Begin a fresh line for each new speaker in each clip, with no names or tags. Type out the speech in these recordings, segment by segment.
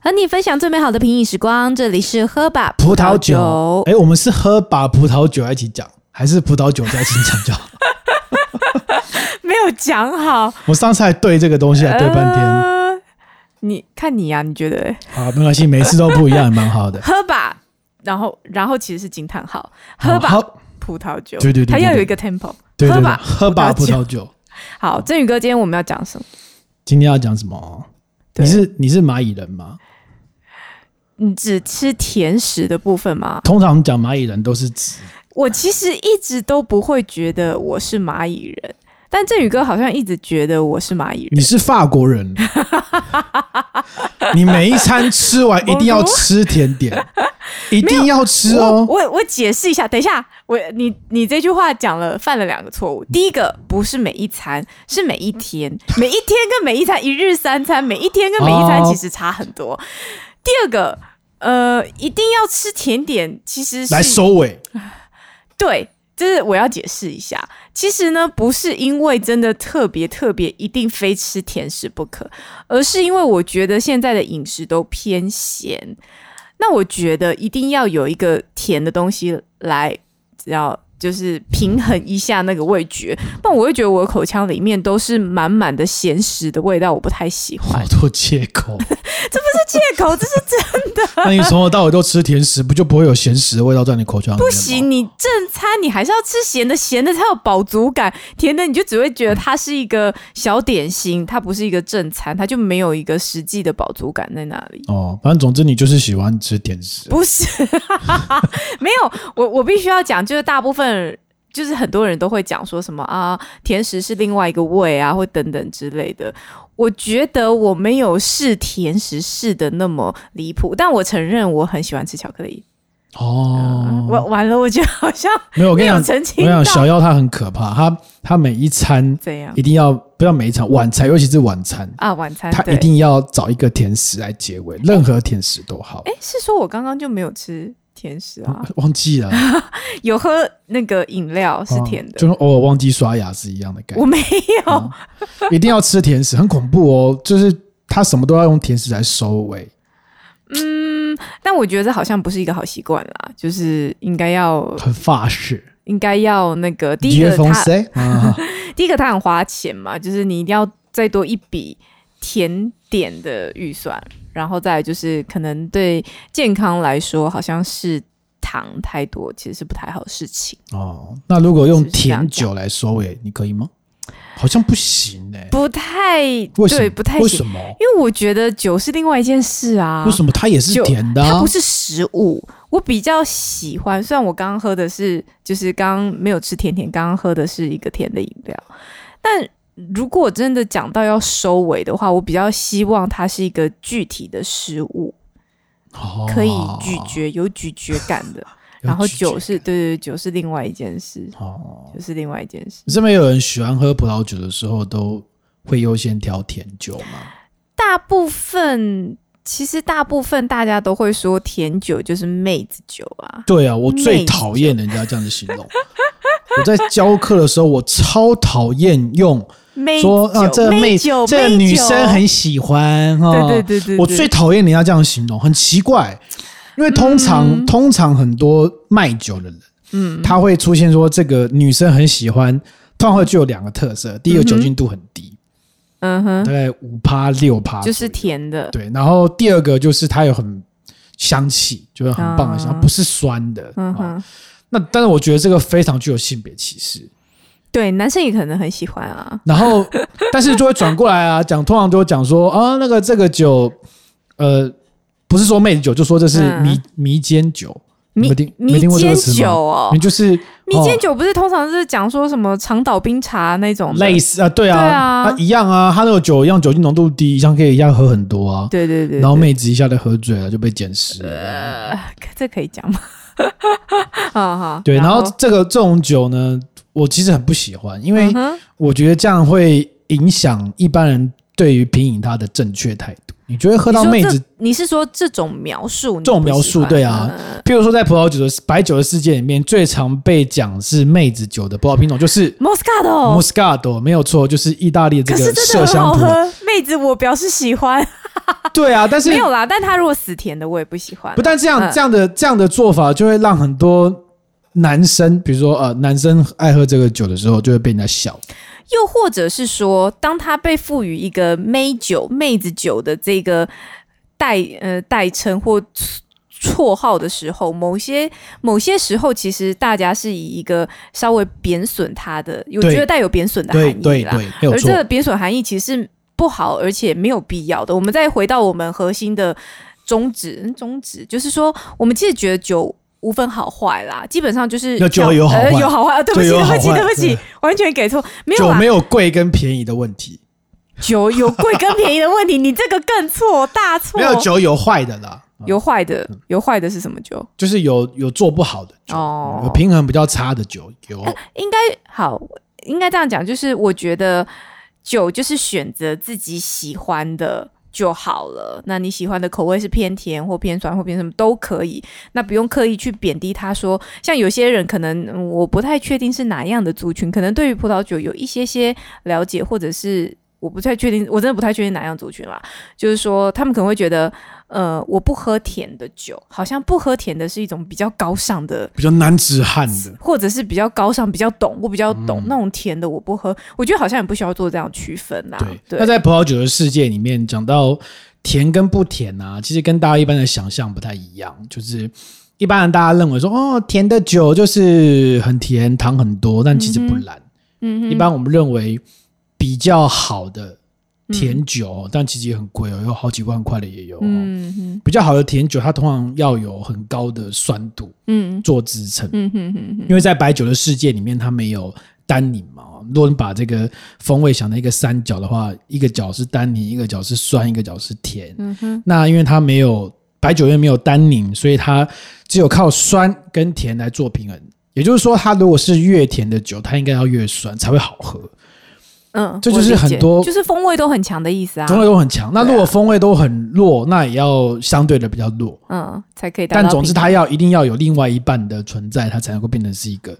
和你分享最美好的品饮时光，这里是喝吧
葡萄酒。哎、我们是喝把葡萄酒在一起讲，还是葡萄酒在一起讲就好？
没有讲好，
我上次还对这个东西还对半天、
呃你看你呀、你觉得嘞？
啊，没关系，每次都不一样，蛮好的。
喝吧，然后然后其实是惊叹号，
好
喝吧
哦好
葡萄酒，
对对对对
它要有
对
一个 tempo。
对对
喝
对，
吧
喝吧葡
葡萄酒
萄酒。
好，振宇哥，今天我们要讲什么？
今天要讲什么？
对
你是你是蚂蚁人吗？
你只吃甜食的部分吗？
通常讲蚂蚁人都是指
我其实一直都不会觉得我是蚂蚁人，但振宇哥好像一直觉得我是蚂蚁
你
人。
是法 国人，你每一餐吃完一定要吃甜点，一定要吃
我
哦。
我我解释一下，等一下，我你你这句话讲了犯了两个错误。第一个不是每一餐，是每一天， 每一天跟每一餐，一日三餐，每一天跟每一餐
哦
其实差很多。第二个，呃，一定要吃甜点，其实是
来收尾，
对，就是我要解释一下。其实呢，不是因为真的特别特别一定非吃甜食不可，而是因为我觉得现在的饮食都偏咸。那我觉得一定要有一个甜的东西来，只要就是平衡一下那个味觉，不然我会觉得我的口腔里面都是满满的咸食的味道，我不太喜欢
好。多借口。
借口这是
那你从头到尾都吃甜食，不就不会有咸食的味道在你口腔里面吗？
不行，你正餐你还是要吃咸的，咸的才有饱足感，甜的你就只会觉得它是一个小点心，它不是一个正餐，它就没有一个实际的饱足感在那里。
哦，反正总之你就是喜欢吃甜食。
不是， 没有，我我必须要讲，就是大部分。就是很多人都会讲说什么啊，甜食是另外一个味啊，或等等之类的。我觉得我没有试甜食试的那么离谱，但我承认我很喜欢吃巧克力。
哦，
我完了，我觉得好像
没有，我跟
没
你
有
讲，
澄
我
清
跟你
到
讲，小妖她很可怕，她她每一餐
怎样
一定要，不要每一餐晚餐，尤其是晚餐，
啊，晚餐
她
对
一定要找一个甜食来结尾，任何甜食都好。
哎，是说我刚刚就没有吃甜食啊，
忘记了，
有喝那个饮料 是甜
哦就
的，
跟偶尔忘记刷牙是一样的概
我
念。
没 有。
一定要吃甜食，很恐怖哦，就是她什么都要用甜食来收尾。
嗯，但我觉得这好像不是一个好习惯啦，就是应该要
很法式。
应该要那个第一
接
个
风
他
塞啊，
第一个他很花钱嘛，就是你一定要再多一笔甜点的预算，然后再来就是可能对健康来说好像是糖太多，其实是不太好的事情。
哦，那如果
是
用
不是这样
甜酒来收尾，你可以吗？好像不行呢、
不太
为什么？
对，不太
为
行
什，么？
因为我觉得酒是另外一件事啊。
为什么它也是
酒
甜的、啊？
它不是食物，我比较喜欢。虽然我刚刚喝的是，就是刚刚没有吃甜甜，刚刚喝的是一个甜的饮料。但如果真的讲到要收尾的话，我比较希望它是一个具体的食物，
哦
可以咀嚼，有咀嚼感的。
有
然后
咀嚼
酒是，对对，对酒是另外一件事，
哦。
酒是另外一件事。
你身边有人喜欢喝葡萄酒的时候，都会优先挑甜酒吗？
大部分其实大部分大家都会说甜酒就是妹子酒啊，
对啊，我最
妹子
讨厌人家这样子形容。 我在教课的时候，我超讨厌用
妹
说
子
啊，
酒
这个妹，
酒，
这个
妹
女
酒
生很喜欢哦哈。
对对对对，
我
对
最讨厌人家这样形容，很奇怪，因为通常、通常很多卖酒的人，
嗯
他会出现说这个女生很喜欢，通常会具有两个特色，第一个酒精度很低，
嗯哼，
大概五趴六趴，
就是甜的，
对，然后第二个就是它有很香气，就是很棒的香，
啊
不是酸的。
嗯
哦
哼，
那但是我觉得这个非常具有性别歧视。
对，男生也可能很喜欢啊，
然后，但是就会转过来啊，讲通常都会讲说啊，那个这个酒，呃，不是说妹子酒，就说这是
嗯
迷、迷奸酒，
迷
你没听没
迷
听过这个
奸
词
酒
吗？
哦
你，就是
迷奸、
哦
酒不是通常是讲说什么长岛冰茶那种的
类，似啊，对啊，
对啊
一样啊，他那个酒一样，酒精浓度低，一样可以一样喝很多啊。
对对对，
然后
对
妹子一下就喝醉了，就被捡尸了。
呃，这可以讲吗？ 好好，
对，然
后
后这个这种酒呢，我其实很不喜欢，因为
嗯哼
我觉得这样会影响一般人对于品饮它的正确态度。你觉得喝到
你说
妹
这
子
你是说这种描述你不喜欢？
这种描述对啊
嗯
譬如说，在葡萄酒的白酒的世界里面，最常被讲是妹子酒的葡萄品种就是
Moscato。
Moscato，没有错，就是意大利的
哦可
这
是
个
真的
麝
很好
香葡萄。
喝，妹子我表示喜欢。
对啊，但是
没有啦。但它如果死甜的，我也不喜欢。
不但这样、
嗯
这样的这样的做法，就会让很多男生，比如说呃，男生爱喝这个酒的时候，就会被人家笑。
又或者是说，当它被赋予一个妹酒、妹子酒的这个代呃代称或绰绰号的时候，某些某些时候，其实大家是以一个稍微贬损它的，我
对
觉得带有贬损的含
对
义啦。
对对，没有
而这
错。
个贬损含义其实是不好，而且没有必要的。我们再回到我们核心的宗旨，嗯宗旨就是说，我们其实觉得酒无分好坏啦，基本上就是
那酒有好坏
呃有好坏，对不起，
酒有
对不
好坏
起，对不起，完全给错，没有啊
酒
啦，
没有贵跟便宜的问题，
酒有贵跟便宜的问题，你这个更错，大错，
没有酒有坏的啦，
有坏的，有坏的是什么酒？
就是有有做不好的酒，
哦哎
有平衡比较差的酒，有
应该好，应该这样讲，就是我觉得酒就是选择自己喜欢的就好了。那你喜欢的口味是偏甜或偏酸或偏什么都可以，那不用刻意去贬低它说。像有些人可能嗯我不太确定是哪样的族群，可能对于葡萄酒有一些些了解，或者是我不太确定，我真的不太确定哪样族群啦。就是说，他们可能会觉得。呃，我不喝甜的酒，好像不喝甜的是一种比较高尚的
比较男子汉的。
或者是比较高尚、比较懂，我比较懂、
嗯
那种甜的我不喝，我觉得好像也不需要做这样区分啊啦。
对，那在葡萄酒的世界里面，讲到甜跟不甜啊，其实跟大家一般的想象不太一样。就是一般人大家认为说，哦，甜的酒就是很甜，糖很多，但其实不然。
嗯
一般我们认为比较好的甜酒，但其实也很贵哦，有好几万块的也有、哦。
嗯哼
比较好的甜酒，它通常要有很高的酸度
嗯
做支撑。
嗯哼哼哼，
因为在白酒的世界里面，它没有单宁嘛。哦如果你把这个风味想成一个三角的话，一个角是单宁，一个角是酸，一个角是甜。
嗯哼，
那因为它没有白酒，因为没有单宁，所以它只有靠酸跟甜来做平衡。也就是说，它如果是越甜的酒，它应该要越酸才会好喝，
嗯，
这就
我
是
理解
很多
就是风味都很强的意思啊。
风味都很强。那
对啊
如果风味都很弱，那也要相对的比较弱。
嗯，才可以达到
但
平衡。
总之，它要一定要有另外一半的存在，它才能够变成是一个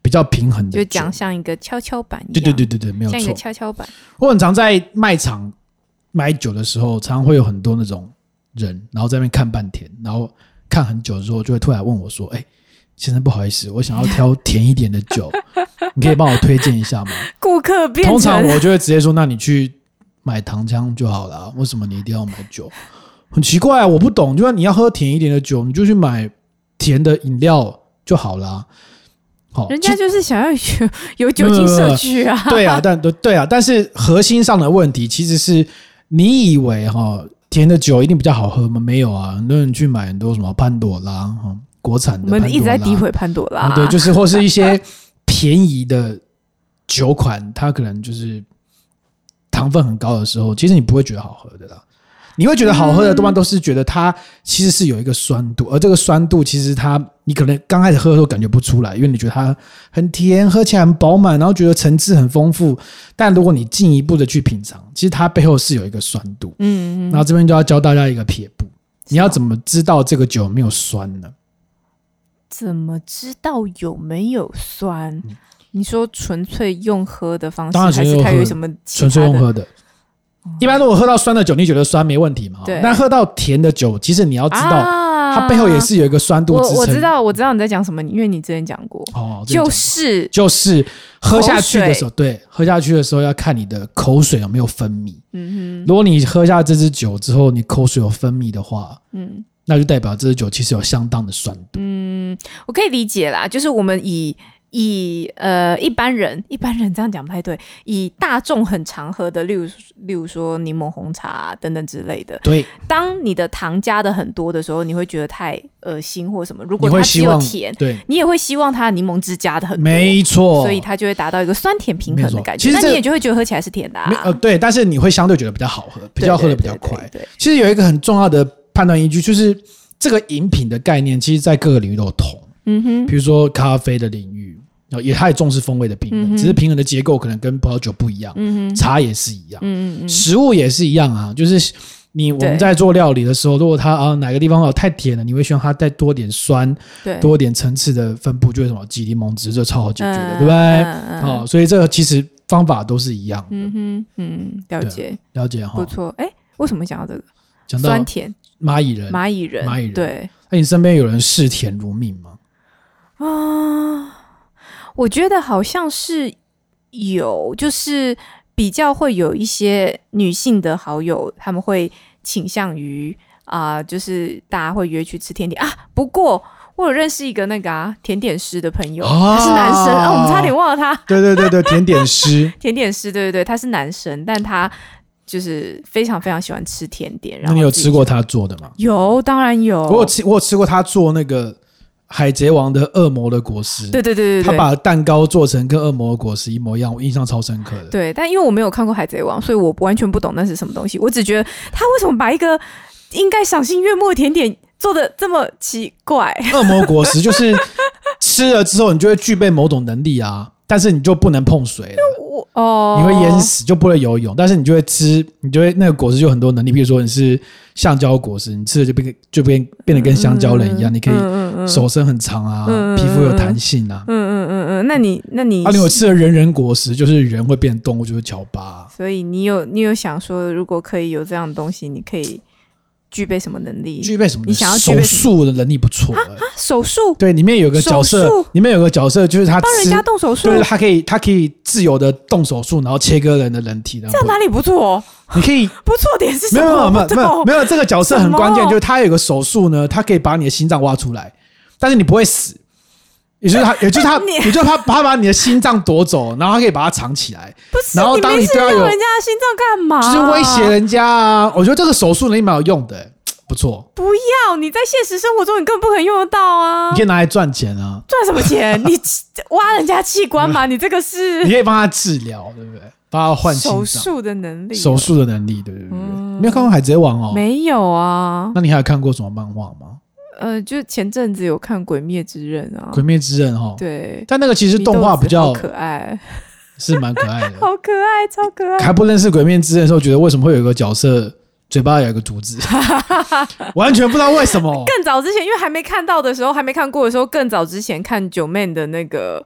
比较平衡的
就
酒。
讲像一个跷跷板一样，
对对对对对，没有
像一
错
个。跷跷板。
我很常在卖场买酒的时候，常常会有很多那种人，然后在那边看半天，然后看很久之后，就会突然问我说：“哎、先生，不好意思，我想要挑甜一点的酒， 你可以帮我推荐一下吗
顾客？”变
通常
成
我就会直接说：“那你去买糖浆就好了，为什么你一定要买酒？”很奇怪、啊，我不懂，就算你要喝甜一点的酒，你就去买甜的饮料就好啦。好，
人
其
家就是想要有有酒精社区啊。
对啊，但对对啊，但是核心上的问题其实是你以为哈、甜的酒一定比较好喝吗？没有啊，很多人去买很多什么潘朵拉哈、国产
我
的潘
们一直在诋
多
毁潘朵拉，
拉，啊对，就是或是一些便宜的酒款，它可能就是糖分很高的时候，其实你不会觉得好喝的啦。你会觉得好喝的，多半都是觉得它其实是有一个酸度，而这个酸度其实它你可能刚开始喝的时候感觉不出来，因为你觉得它很甜，喝起来很饱满，然后觉得层次很丰富。但如果你进一步的去品尝，其实它背后是有一个酸度。
嗯嗯，
然后这边就要教大家一个撇步，你要怎么知道这个酒有没有酸呢？
怎么知道有没有酸？你说纯粹用喝的方式，
嗯当然
还
纯粹
是
用
它
喝
有什么其
纯
他
粹用
的？哦
喝的。一般如果喝到酸的酒，你觉得酸没问题嘛？
对
那喝到甜的酒，其实你要知道，
啊
它背后也是有一个酸度
我
支撑。
啊我知道我知道你在讲什么，因为你之前讲过，
哦，这个
就
讲
是
就是喝下去的时候，对，喝下去的时候要看你的口水有没有分泌。
嗯
如果你喝下这支酒之后，你口水有分泌的话，
哼嗯
那就代表这支酒其实有相当的酸度。
嗯，我可以理解啦，就是我们以。以呃一般人一般人这样讲不太对，以大众很常喝的，例如例如说柠檬红茶、等等之类的，
对，
当你的糖加的很多的时候，你会觉得太恶心或什么。如
你
果它
会
只
希
有
望
甜，
对，
你也会希望它的柠檬汁加的很多，
没错。
所以它就会达到一个酸甜平衡的感觉。
没错其实
那
这
你也就会觉得喝起来是甜的、啊
没，呃对，但是你会相对觉得比较好喝，比较喝的比较快。
对对对对对
其实有一个很重要的判断依据，就是这个饮品的概念，其实在各个领域都有同。
嗯哼，
比如说咖啡的领域，然后也它也重视风味的平衡，
嗯哼
只是平衡的结构可能跟葡萄酒不一样，
嗯哼，
茶也是一样，
嗯嗯嗯，
食物也是一样啊。就是你我
对
们在做料理的时候，如果它啊哪个地方哦太甜了，你会希望它再多点酸，
对，
多点层次的分布，就是什么吉柠檬汁，这超好解决的，
嗯
对不对？
嗯嗯
哦，所以这个其实方法都是一样的，
嗯哼，嗯，了解，
了解哈
不。错。哎，为什么讲到这个？
讲到
酸甜
蚂蚁人，
蚂蚁人，
蚂蚁人
对
那你身边有人视甜如命吗？
啊，我觉得好像是有，就是比较会有一些女性的好友，他们会倾向于啊、就是大家会约去吃甜点啊。不过我有认识一个那个啊甜点师的朋友，
啊
他是男生啊，我们差点忘了他。，
对对对对，甜点师
甜点师，对对对，他是男生，但他就是非常非常喜欢吃甜点。 然
那
后
你有
自己
吃过？他做的吗？
有，当然有。
我有吃，我有吃过他做那个海贼王的恶魔的果实，
对对对对
他
对，
把蛋糕做成跟恶魔的果实一模一样，我印象超深刻的。
对，但因为我没有看过《海贼王》，所以我完全不懂那是什么东西。我只觉得他为什么把一个应该赏心悦目的甜点做的这么奇怪？
恶魔果实就是吃了之后，你就会具备某种能力啊，但是你就不能碰水了，
我 哦，
你会淹死，就不会游泳，但是你就会吃，你就会那个果实就有很多能力，比如说你是橡胶果实，你吃了就变就变变得跟香蕉人一样，你可以
嗯嗯嗯嗯
手伸很长啊，
嗯嗯
皮肤有弹性啊。
嗯嗯嗯，那你那你，
啊，你有吃了人人果实，就是人会变动物，就是乔巴啊、
所以你有你有想说，如果可以有这样的东西，你可以具备什么能力？
具备什么能力？
你想要具
手
备什
术的能力不错、欸
啊手术
对，里面有个角色
手术，
里面有个角色就是他
帮人
吃
家动手术，
对，他可以，他可以自由的动手术，然后切割人的人体，然
这
后
样哪里不错？
你可以
不错点 是什
没
么？不
有没有没有没有
错
没有这个角色很关
什
键，
么
就是他有个手术呢，他可以把你的心脏挖出来，但是你不会死，也就是他，也就是他，
你
也就是他，他把你的心脏夺走，然后他可以把它藏起来，
不是，
然后
你
当
没
你
事
对他
弄
有
人家的心脏干嘛？
就是威胁人家
哦
啊。我觉得这个手术能力蛮有用的、欸不错，
不要，你在现实生活中你更不可能用得到啊
你可！以拿来赚钱啊，
赚什么 钱？你挖人家器官嘛？你这个是
你可以帮他治疗，对不对？帮他换心
手
脏，
术的能力？
手术的能力，对对对对
嗯
你有看过《海贼王》哦？
没有啊？
那你还有看过什么漫画吗？
呃，就前阵子有看《鬼灭之刃》啊
《鬼，灭之刃》哦，
对，
但那个其实动画比
祢豆
较呃
子好可爱，
是蛮可爱 的。
好可爱，超可爱。
还不认识《鬼面之刃》的时候，觉得为什么会有一个角色嘴巴有一个 竹子，完全不知道为什么。
更早之前，因为还没看到的时候，还没看过的时候，更早之前看九妹的那个、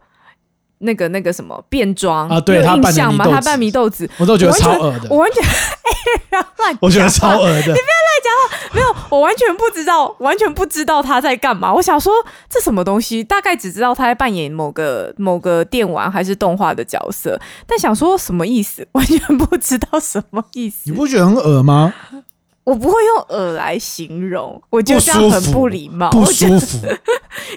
那个、那个什么变装
啊对
你有
她
印
扮
象吗？
祢豆子
她扮祢豆子，
我都觉
我
得
完全
超恶的
我，完全哎，乱
我觉得超恶的。
我完全不知道，完全不知道他在干嘛。我想说这什么东西，大概只知道他在扮演某个某个电玩还是动画的角色，但想说什么意思，完全不知道什么意思
你。不觉得很恶吗？
我不会用耳来形容，我觉得
不
这
舒
样很
服
不礼貌。
不
我觉得
舒服。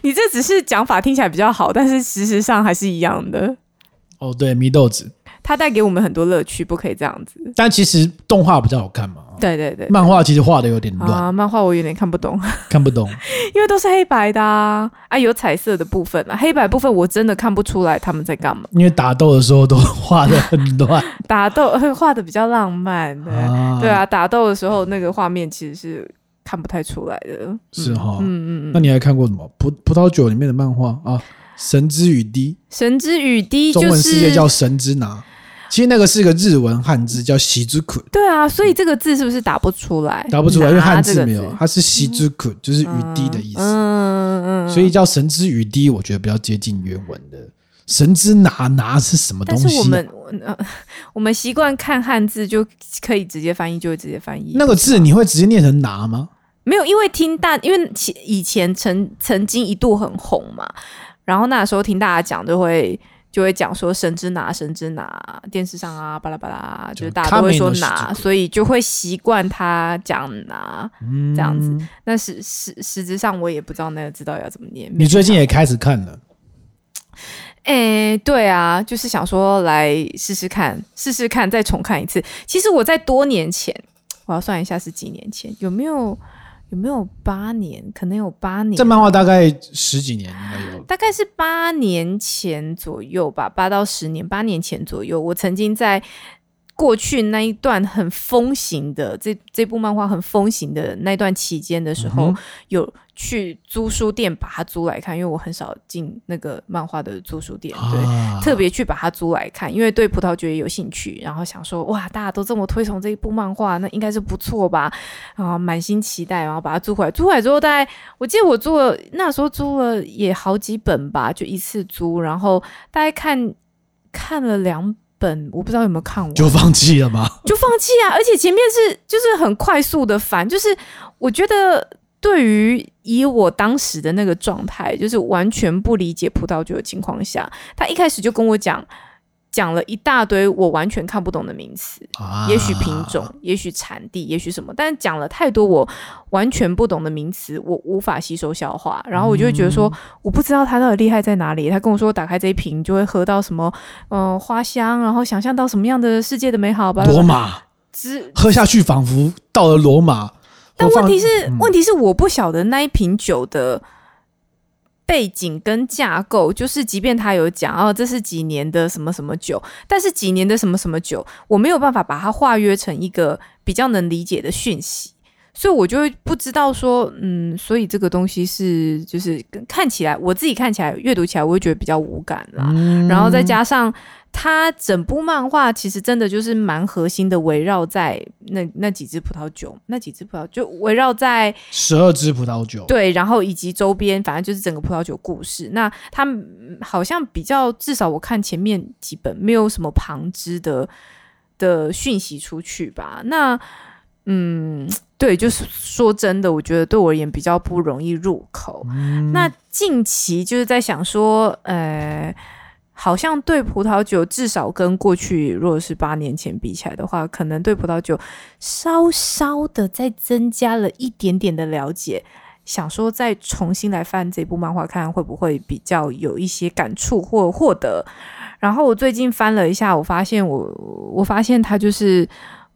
你这只是讲法听起来比较好，但是事实上还是一样的。
哦，对，祢豆子。
它带给我们很多乐趣，不可以这样子。
但其实动画比较好看嘛，
对对对。
漫画其实画的有点乱，
啊，漫画我有点看不懂，
看不懂。
因为都是黑白的啊，啊有彩色的部分啊，黑白部分我真的看不出来他们在干嘛。
因为打斗的时候都画的很乱
打斗会画的比较浪漫的，
啊。
对，啊，打斗的时候那个画面其实是看不太出来的。
是哈。
嗯嗯嗯，
那你还看过什么？葡葡萄酒里面的漫画啊，《神之雨滴》。
神之雨滴
中
就
文世界
是
叫神之拿，其实那个是个日文汉字叫喜之 苦，
对啊，所以这个字是不是打不出来？啊
打不出来，因为汉字没
拿这
有
个，
它是喜之苦，就是雨滴的意
嗯
思，
嗯嗯嗯，
所以叫神之雨滴，我觉得比较接近原文的。神之拿拿是什么东
但
西
是
啊？
我们呃我 们习惯看汉字就可以直接翻译，就会直接翻译。
那个字你会直接念成拿吗？
没有，因为听大，因为其以前曾曾经一度很红嘛，然后那时候听大家讲，就会就会讲说神之拿，神之拿，电视上啊，巴拉巴拉，就是大家都会说
就
拿，
Kame no
所以就会习惯他讲拿。
嗯，
这样子。那实实实质上我也不知道那个知道要怎么念。
你最近也开始看了，
诶、对啊，就是想说来试试看，试试看，再重看一次。其实我在多年前，我要算一下是几年前，有没有有没有八年？可能有八年
这。漫画大概十几年应该有了。
大概是八年前左右吧，八到十年，八年前左右，我曾经在过去那一段很风行的这这部漫画很风行的那段期间的时候，
嗯
有去租书店把它租来看，因为我很少进那个漫画的租书店，对。
啊
特别去把它租来看，因为对葡萄酒也有兴趣，然后想说哇，大家都这么推崇这一部漫画，那应该是不错吧？啊然后满心期待，然后把它租回来。租回来之后，大概我记得我租了那时候租了也好几本吧，就一次租，然后大概看看了两本我不知道有没有看完，
就放弃了吗？
就放弃啊！而且前面是就是很快速的翻，就是我觉得对于以我当时的那个状态，就是完全不理解葡萄酒的情况下，他一开始就跟我讲讲了一大堆我完全看不懂的名词，
啊，
也许品种，也许产地，也许什么，但是讲了太多我完全不懂的名词，我无法吸收消化，然后我就会觉得说，我不知道它到底厉害在哪里。他跟我说，打开这一瓶就会喝到什么，嗯、花香，然后想象到什么样的世界的美好吧。
罗马
之，
喝下去仿佛到了罗马。
但
我放
问题是，嗯问题是我不晓得那一瓶酒的。背景跟架构，就是即便他有讲哦，这是几年的什么什么酒，但是几年的什么什么酒，我没有办法把它化约成一个比较能理解的讯息，所以我就会不知道说，嗯，所以这个东西是就是跟看起来我自己看起来阅读起来，我会觉得比较无感啦。然后再加上它整部漫画其实真的就是蛮核心的，围绕在那那几支葡萄酒，那几支葡萄就围绕在
十二支葡萄酒，
对，然后以及周边，反正就是整个葡萄酒故事。那他们好像比较，至少我看前面几本没有什么旁支的的讯息出去吧。那嗯，对，就是说真的，我觉得对我而言比较不容易入口。那近期就是在想说，呃。好像对葡萄酒，至少跟过去如果是八年前比起来的话，可能对葡萄酒稍稍的再增加了一点点的了解，想说再重新来翻这部漫画，看会不会比较有一些感触或获得。然后我最近翻了一下，我发现我我发现它就是，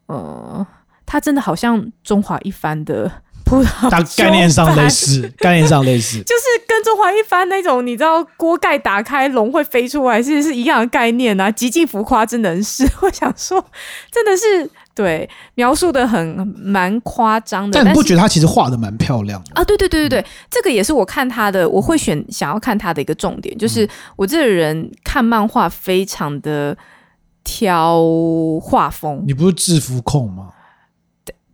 呃，它真的好像中华一番的葡萄
大
酒
概念上类
版
似，概念上类似。
就是跟中华一番那种，你知道锅盖打开龙会飞出来，是是一样的概念啊，极尽浮夸之能事。 我想说，真的是对描述的很蛮夸张的，
但你
但
不
是
觉得他其实画的蛮漂亮的？
啊，对对对
嗯
对对，这个也是我看他的，我会选想要看他的一个重点，就是
嗯
我这个人看漫画非常的挑画风，
你不是制服控吗？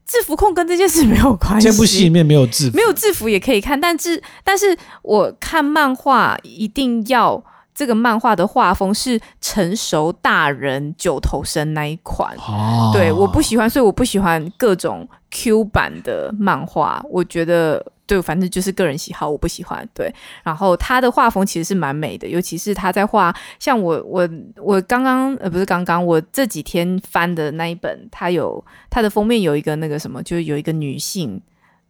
制服控跟这件事没有关系。
这部戏里面没有制服，
哎没有制服也可以看，但是但是我看漫画一定要这个漫画的画风是成熟大人九头身那一款。
哦，
对，我不喜欢，所以我不喜欢各种 Q 版的漫画。我觉得，对，反正就是个人喜好，我不喜欢。对，然后他的画风其实是蛮美的，尤其是他在画，像我我我刚刚呃不是刚刚，我这几天翻的那一本，它有它的封面有一个那个什么，就是有一个女性。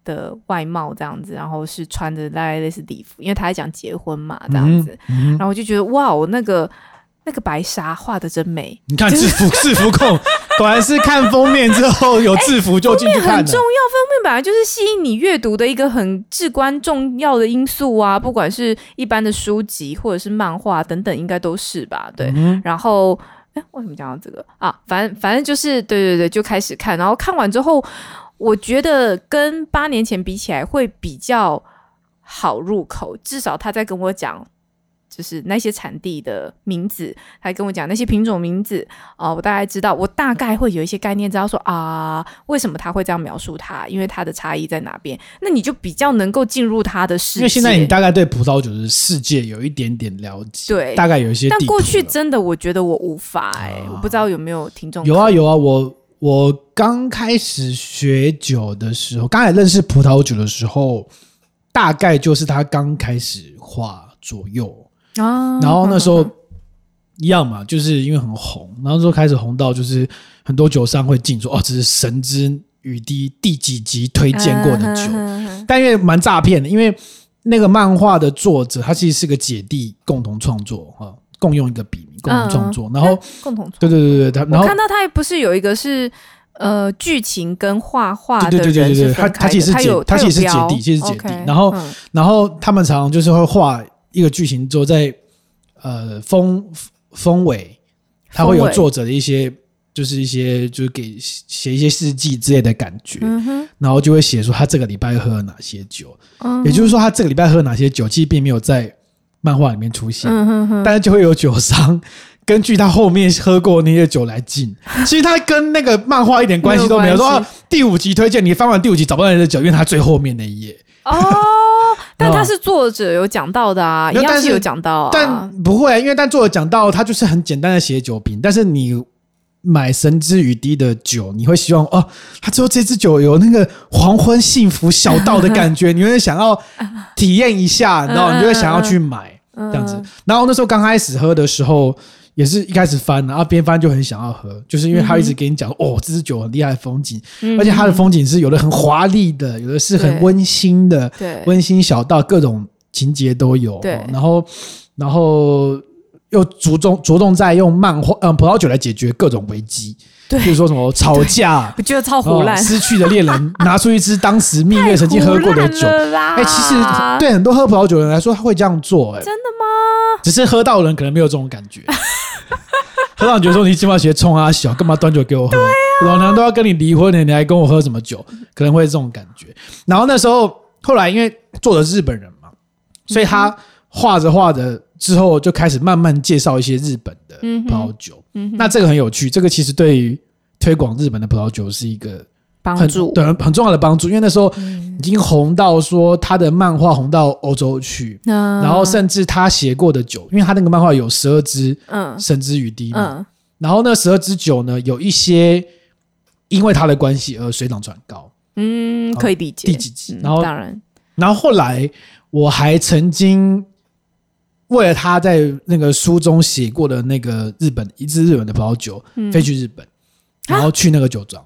的外貌这样子，然后是穿着大概类似礼服，因为他在讲结婚嘛，这样子，
嗯
然后我就觉得哇，我那个那个白纱画的真美，
你看
就
制
是
服制服控，果然是看封面之后有制服就进去看
哎很
了
重要，。封面本来就是吸引你阅读的一个很至关重要的因素啊，不管是一般的书籍或者是漫画等等，应该都是吧？对，
嗯
然后。哎，为什么讲到这个啊？反正反正就是，对对对，就开始看，然后看完之后，我觉得跟八年前比起来会比较好入口，至少他在跟我讲，就是那些产地的名字，他跟我讲那些品种名字，哦，我大概知道，我大概会有一些概念，知道说啊，为什么他会这样描述它，因为它的差异在哪边，那你就比较能够进入他的世界。
因为现在你大概对葡萄酒的世界有一点点了解，
对
大概有一些地
但
图了。
过去真的，我觉得我无法哎、
啊
我不知道有没有听众
有啊有啊，我我刚开始学酒的时候，刚才认识葡萄酒的时候，大概就是他刚开始画左右，
啊
然后那时候一样嘛，就是因为很红，然后那时候开始红到就是很多酒商会进说哦，这是神之雨滴第几集推荐过的
嗯啊
酒，但因为蛮诈骗的，因为那个漫画的作者他其实是个姐弟共同创作哈、哦共用一个笔名共同创作，然后
共同
对对对对，他然
嗯我
后
看到他不是有一个是呃剧情跟画画的
对对对
人
对对
是分
他他
开的
其实是
他
姐
有
他其实是
有标
姐弟其实是姐弟
OK，
然后
嗯
然后他们常常就是会画一个剧情之后在呃封封尾，他会
封
有
尾
作者的一些就是一些就是给写一些事迹之类的感觉，
嗯哼
然后就会写说他这个礼拜喝了哪些酒，
嗯
也就是说他这个礼拜喝了哪些酒，其实并没有在漫画里面出现，
嗯哼哼，
但是就会有酒商。根据他后面喝过那些酒来进， 其实他跟那个漫画一点关系都没有。
没有
说
关系
啊第五集推荐你翻完第五集找不到你的酒，因为他最后面那一页。
哦，但他是作者有讲到的啊，一
没有
样
但是
有讲到啊。
但不会，因为但作者讲到，他就是很简单的写酒瓶，但是你买神之雨滴的酒，你会希望哦，他最后这支酒有那个黄昏幸福小道的感觉，你会想要体验一下，然后你就会想要去买
嗯
这样子。然后那时候刚开始喝的时候。也是一开始翻，然后边翻就很想要喝，就是因为他一直给你讲、哦，这支酒很厉害的风景，
嗯
而且它的风景是有的很华丽的，有的是很
对
温馨的，
对
温馨小道各种情节都有。
对
然后然后又着重着重在用漫画嗯葡萄酒来解决各种危机，
对
比如说什么吵 架、
我觉得超胡
哦
乱，
失去的恋人拿出一支当时蜜
太
月曾经喝过的酒
胡。乱了啦。
哎、其实对很多喝葡萄酒的人来说，他会这样做、哎，真的吗？只是喝到的人可能没有这种感觉。 喝到你觉得说你鸡毛鞋冲啊小，干嘛端酒给我喝？
啊
老娘都要跟你离婚了，你还跟我喝什么酒？可能会这种感觉。然后那时候后来因为作者是日本人
嗯
嘛，所以他画着画着之后就开始慢慢介绍一些日本的
嗯哼
葡萄酒。
嗯哼
那这个很有趣，这个其实对于推广日本的葡萄酒是一个
帮
很
助
对很重要的帮助，因为那时候已经红到说他的漫画红到欧洲去，
那
然后甚至他写过的酒，因为他那个漫画有十二支
嗯
神之雨滴嘛，
嗯
然后那十二支酒呢，有一些因为他的关系而水涨船高，
嗯，可以理解。
第几集
嗯，
然后
当然
然后后来我还曾经为了他在那个书中写过的那个日本一支日本的葡萄酒，
嗯
飞去日
啊
本，然后去那个酒庄。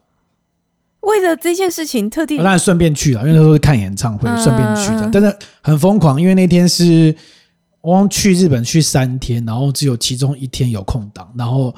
为了这件事情特地
啊当然顺便去了，因为那时候是看演唱会，
嗯
顺便去的
嗯。
但是很疯狂，因为那天是我忘去日本去三天，然后只有其中一天有空档，然后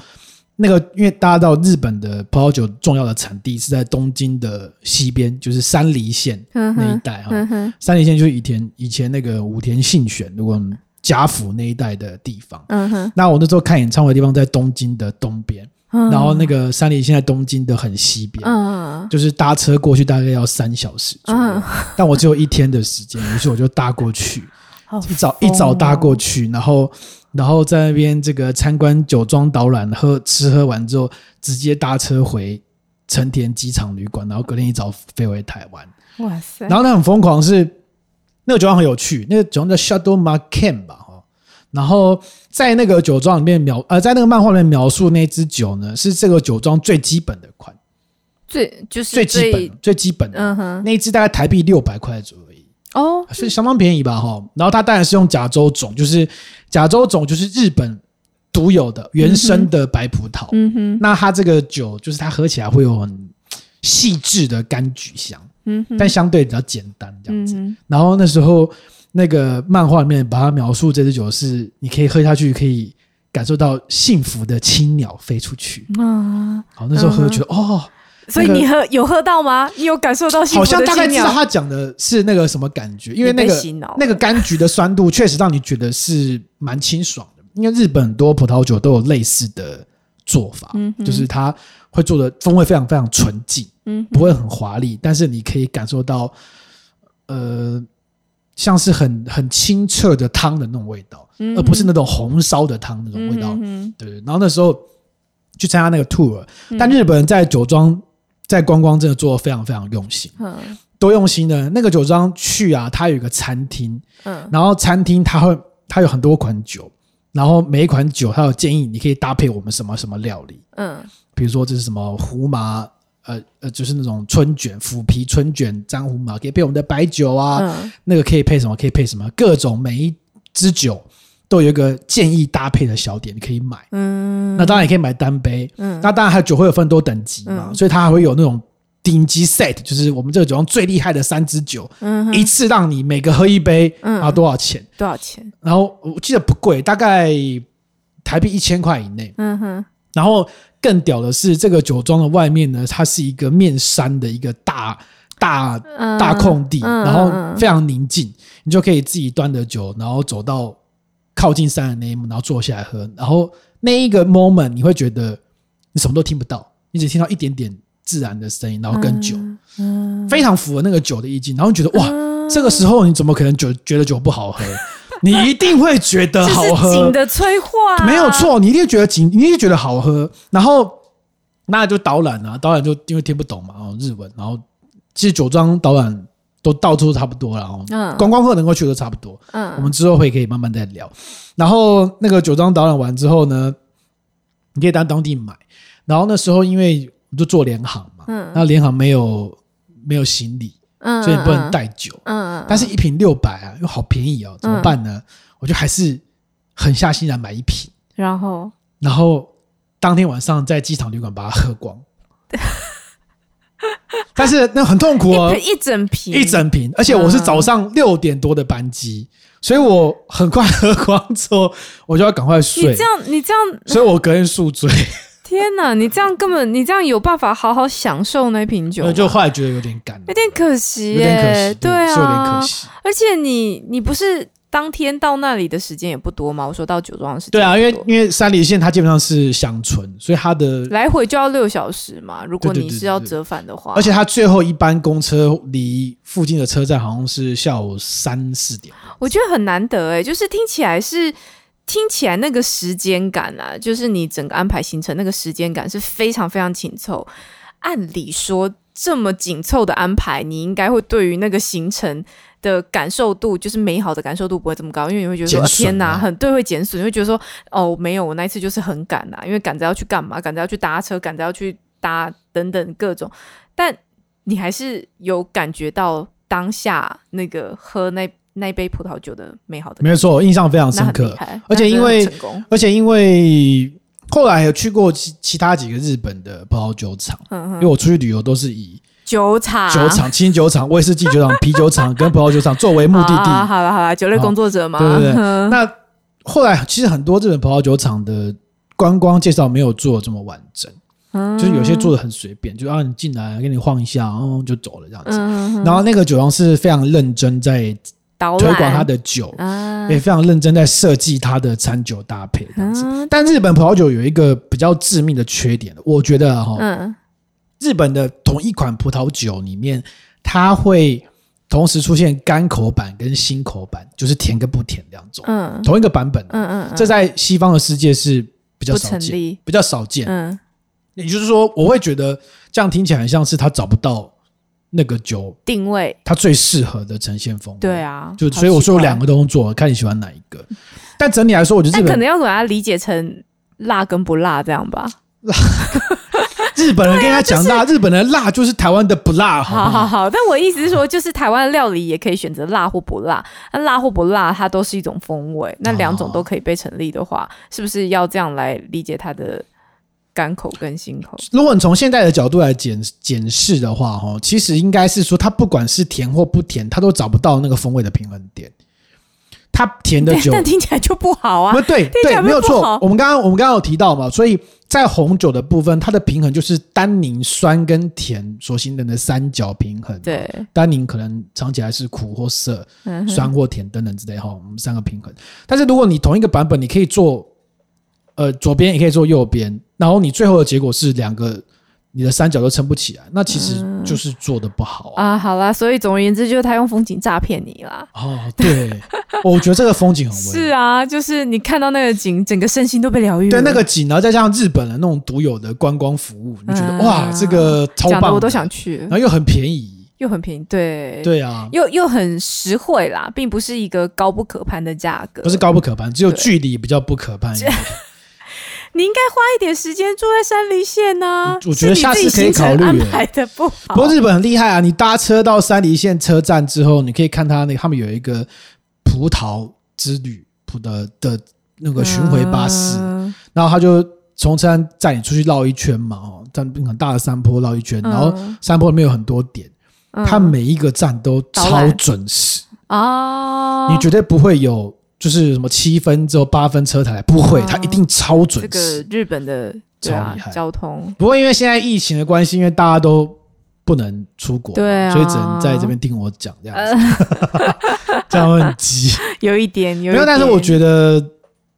那个因为大家知道日本的葡萄酒重要的产地是在东京的西边，就是山梨县
嗯
那一
哼
带哈。
嗯哼
山梨县就是以前以前那个武田信玄，如果我们家府那一带的地方。
嗯哼，
那我那时候看演唱会的地方在东京的东边，
嗯
然后那个山梨县在东京的很西边。
嗯
就是搭车过去大概要三小时左右，
嗯
但我只有一天的时间，于是我就搭过去，
好
一早一
疯
早搭
哦
过去，然后然后在那边这个参观酒庄导览，喝吃喝完之后，直接搭车回成田机场旅馆，然后隔天一早飞回台湾。
哇塞，
然后那很疯狂是，那个酒庄很有趣，那个酒庄叫 Shadow m a r k e n 吧，哦。然后在那个酒庄里面描，呃，在那个漫画里面描述那支酒呢，是这个酒庄最基本的款，
最就是
最基本的最基本的，
嗯哼
那一只大概台币六百块左右而已，
哦
所以相当便宜吧哈。然后它当然是用甲州种，就是甲州种就是日本独有的原生的白葡萄。
嗯哼
那它这个酒就是它喝起来会有很细致的柑橘香，
嗯哼
但相对比较简单这样
嗯
子。
哼
然后那时候那个漫画里面把它描述这支酒是你可以喝下去可以。感受到幸福的青鸟飞出去，
啊，
好，那时候喝觉得、哦，
所以
那个
你喝有喝到吗？你有感受到幸
好
福的
像大概
青
知
鸟
道他讲的是那个什么感觉，因为那
你
个
被洗脑了
那个柑橘的酸度确实让你觉得是蛮清爽的。因为日本很多葡萄酒都有类似的做法，
嗯哼
就是它会做的风味非常非常纯净，
嗯
不会很华丽，但是你可以感受到，呃，像是很很清澈的汤的那种味道，
嗯哼
而不是那种红烧的汤那种味道。
嗯哼
对，然后那时候去参加那个 tour，但
嗯
日本人在酒庄在观光真的做的非常非常用心。
嗯
多用心呢？那个酒庄去啊，它有一个餐厅，
嗯
然后餐厅它会它有很多款酒，然后每一款酒它有建议你可以搭配我们什么什么料理，
嗯
比如说这是什么胡麻，呃呃，就是那种春卷、腐皮春卷、沾胡麻，可以配我们的白酒啊，
嗯
那个可以配什么，可以配什么，各种每一支酒都有一个建议搭配的小点，你可以买。
嗯
那当然也可以买单杯，
嗯
那当然还有酒会有分多等级嘛，所以它还会有那种顶级 set，就是我们这个酒庄最厉害的三支酒，
嗯哼
一次让你每个喝一杯，
嗯
啊多少钱？
多少钱？
然后我记得不贵，大概台币一千块以内。
嗯哼
然后更屌的是，这个酒庄的外面呢，它是一个面山的一个大大
嗯
大空地，
嗯
然后
嗯
非常宁静，你就可以自己端着酒，然后走到靠近山的那一幕，然后坐下来喝，然后那一个 moment 你会觉得你什么都听不到，你只听到一点点自然的声音，然后跟酒，
嗯
非常符合那个酒的意境，然后你觉得哇，这个时候你怎么可能酒觉得酒不好喝？你一定会觉得
这
好
是
喝，
景的催化啊，
没有错，你一定觉得紧，你一定觉得好喝。然后那就导览啊，导览就因为听不懂嘛，哦，日文。然后其实酒庄导览都到处差不多了哦。
嗯
观光客能够去的都差不多，
嗯，
我们之后会可以慢慢再聊。然后那个酒庄导览完之后呢，你可以到当地买。然后那时候因为我就做联航嘛，
嗯
那联航没有没有行李，
嗯，
所以你不能带酒。
嗯，嗯，嗯
但是一瓶六百啊，又好便宜哦，怎么办呢？我就还是狠下心来买一瓶，
然后
然后当天晚上在机场旅馆把它喝光。 但是那很痛苦哦，
一一整瓶，
一整瓶，而且我是早上六点多的班机，所以我很快喝光之后，我就要赶快
你
睡
这，样，你这样，
所以我隔天 宿醉，
天哪！你这样根本，你这样有办法好好享受那瓶酒吗
我？就后来觉得有点干，
有点可惜
有点可
耶
惜，，
对
是有点
啊
可，惜，
而且你你不是当天到那里的时间也不多嘛？我说到酒庄的时间
对啊，因
也
为
不多
因为山梨县它基本上是乡村，所以它的
来回就要六小时嘛。如果
对对
你
对
是
对
要
对
折返的话，
而且它最后一班公车离附近的车站好像是下午三四点，
我觉得很难得哎，就是听起来是。听起来那个时间感啊，就是你整个安排行程那个时间感是非常非常紧凑。按理说，这么紧凑的安排，你应该会对于那个行程的感受度，就是美好的感受度不会这么高，因为你会觉得说、
减
啊
损
天哪，
啊
很对，会减损，你会觉得说哦，没有，我那一次就是很赶啊，因为赶着要去干嘛，赶着要去搭车，赶着要去搭等等各种，但你还是有感觉到当下那个喝那那一杯葡萄酒的美好的感觉
没有错，我印象非常
那
深
很厉
刻。
害，
而且
那
因
真的
为
很成功，
而且因为后来有去过其其他几个日本的葡萄酒厂，
嗯
因为我出去旅游都是以
酒厂
酒厂、清酒厂、威士忌 酒厂、啤酒厂跟葡萄酒厂作为目的
好啊
地。
好了好了，酒类
好
工作者嘛，
对对对
嗯
那后来其实很多日本葡萄酒厂的观光介绍没有做得这么完整，
嗯
就是有些做的很随便，就啊你进来给你晃一下，然后就走了这样子。
嗯
然后那个酒庄是非常认真在
导
推广它
的
的酒，
啊，
也非常认真在设计它的餐酒搭配这样子。
嗯
但日本葡萄酒有一个比较致命的缺点，我觉得啊哈、
嗯
日本的同一款葡萄酒里面，它会同时出现干口版跟新口版，就是甜跟不甜两种，
嗯
同一个版本。啊
嗯嗯，
这在西方的世界是比较
不
少
成
见，
立，
比较少见。
嗯
也就是说，我会觉得这样听起来很像是他找不到那个酒
定位
它最适合的呈现风味。
对，啊，
就
好
所以我
奇
说
怪
两个都能做，看你喜欢哪一个。但整体来说，我觉得
但
日
可能
本
要把它理解成辣跟不辣这样吧。
日本人跟他讲辣，日本人辣就是台湾的不辣，
好
好不
啊好
好？
好，但我意思是说，就是台湾料理也可以选择辣或不辣，那辣或不辣它都是一种风
哦
味，那两种都可以被成立的话，是不是要这样来理解它的干口跟辛口？
如果你从现在的角度来检检视的话，哈，其实应该是说，它不管是甜或不甜，它都找不到那个风味的平衡点。它甜的
但
酒，
但听起来就不好啊
不。对
听起来
对，
不
没有
不好
错。我们刚刚我们刚刚有提到嘛，所以在红酒的部分，它的平衡就是单宁酸跟甜所形成的三角平衡。，
对，
单宁可能尝起来是苦或涩，
嗯哼，
酸或甜等等之类哈，我们三个平衡。但是如果你同一个版本，你可以做呃左边也可以做右边，然后你最后的结果是两个你的三角都撑不起来，那其实就是做的不好啊。
啊，好啦，所以总而言之，就是他用风景诈骗你啦。
哦，对， 我觉得这个风景很
是
微。
啊，就是你看到那个景，整个身心都被疗愈了。
对那个景，然后再加上日本人那种独有的观光服务，你觉得
嗯
哇，这个超
讲的
棒，
我都想，去
然，后又很便宜，
又很便宜，对，
对啊，
又又很实惠啦，并不是一个高不可攀的价格，
不是高不可攀，只有
对
距离比较不可 攀一点。
你应该花一点时间住在山梨县呐、
我我觉得
是你
下次
自己
可
行
以
程
考虑
安
耶
排的不好。
不过日本很厉害啊！你搭车到山梨县车站之后，你可以看他那个他们有一个葡萄之旅葡的的那个巡回巴士，
嗯
然后他就从车站载你出去绕一圈嘛，哦，在很大的山坡绕一圈，然后
嗯
山坡里面有很多点，
嗯
它每一个站都
导
超
览
准时，
啊，
你绝对不会有就是什么七分之后八分车台，不会，
哦
它一定超准
这个
时。
日本的对啊
超厉害
交通
不过因为现在疫情的关系，因为大家都不能出国嘛，
对啊
所以只能在这边听我讲这样子。 这样会很急。
呃有一点有一点，
没有，但是我觉得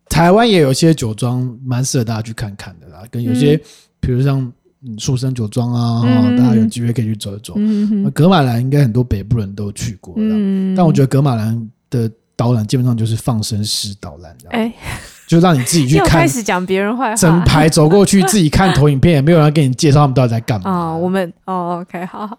台湾也有一些酒庄蛮适合大家去看看的啦，跟有些、比如像嗯树生酒庄啊，
嗯
哈
嗯
大家有机会可以去走一走。
嗯
那
哼
格马兰应该很多北部人都去过了啦，
嗯
但我觉得格马兰的导览基本上就是放生式导览这样。
哎，
就让你自己去
又
看
开始讲别人坏
整
话。
排走过去，自己看投影片，也没有人给你介绍他们到底在干嘛。
哦，我们哦，OK，好好，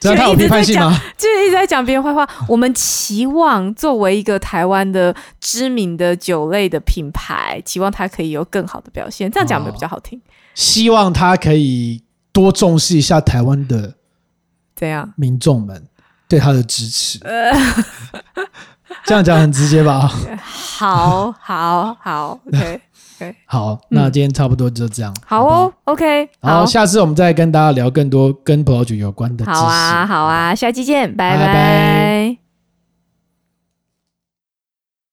这样他有批判性吗？
就是一直在讲别人坏话。我们期望作为一个台湾的知名的酒类的品牌，期望它可以有更好的表现。这样讲会比较好听。
希望他可以多重视一下台湾的
怎样？
民众们对他的支持。
呃
这样讲很直接 吧？
好，好，好，OK，
好，那今天差不多就这样。
嗯好
不好
哦，OK，
然
好
后，下次我们再跟大家聊更多跟葡萄酒有关的知识。
啊好啊，好啊，下期见，拜
拜拜
拜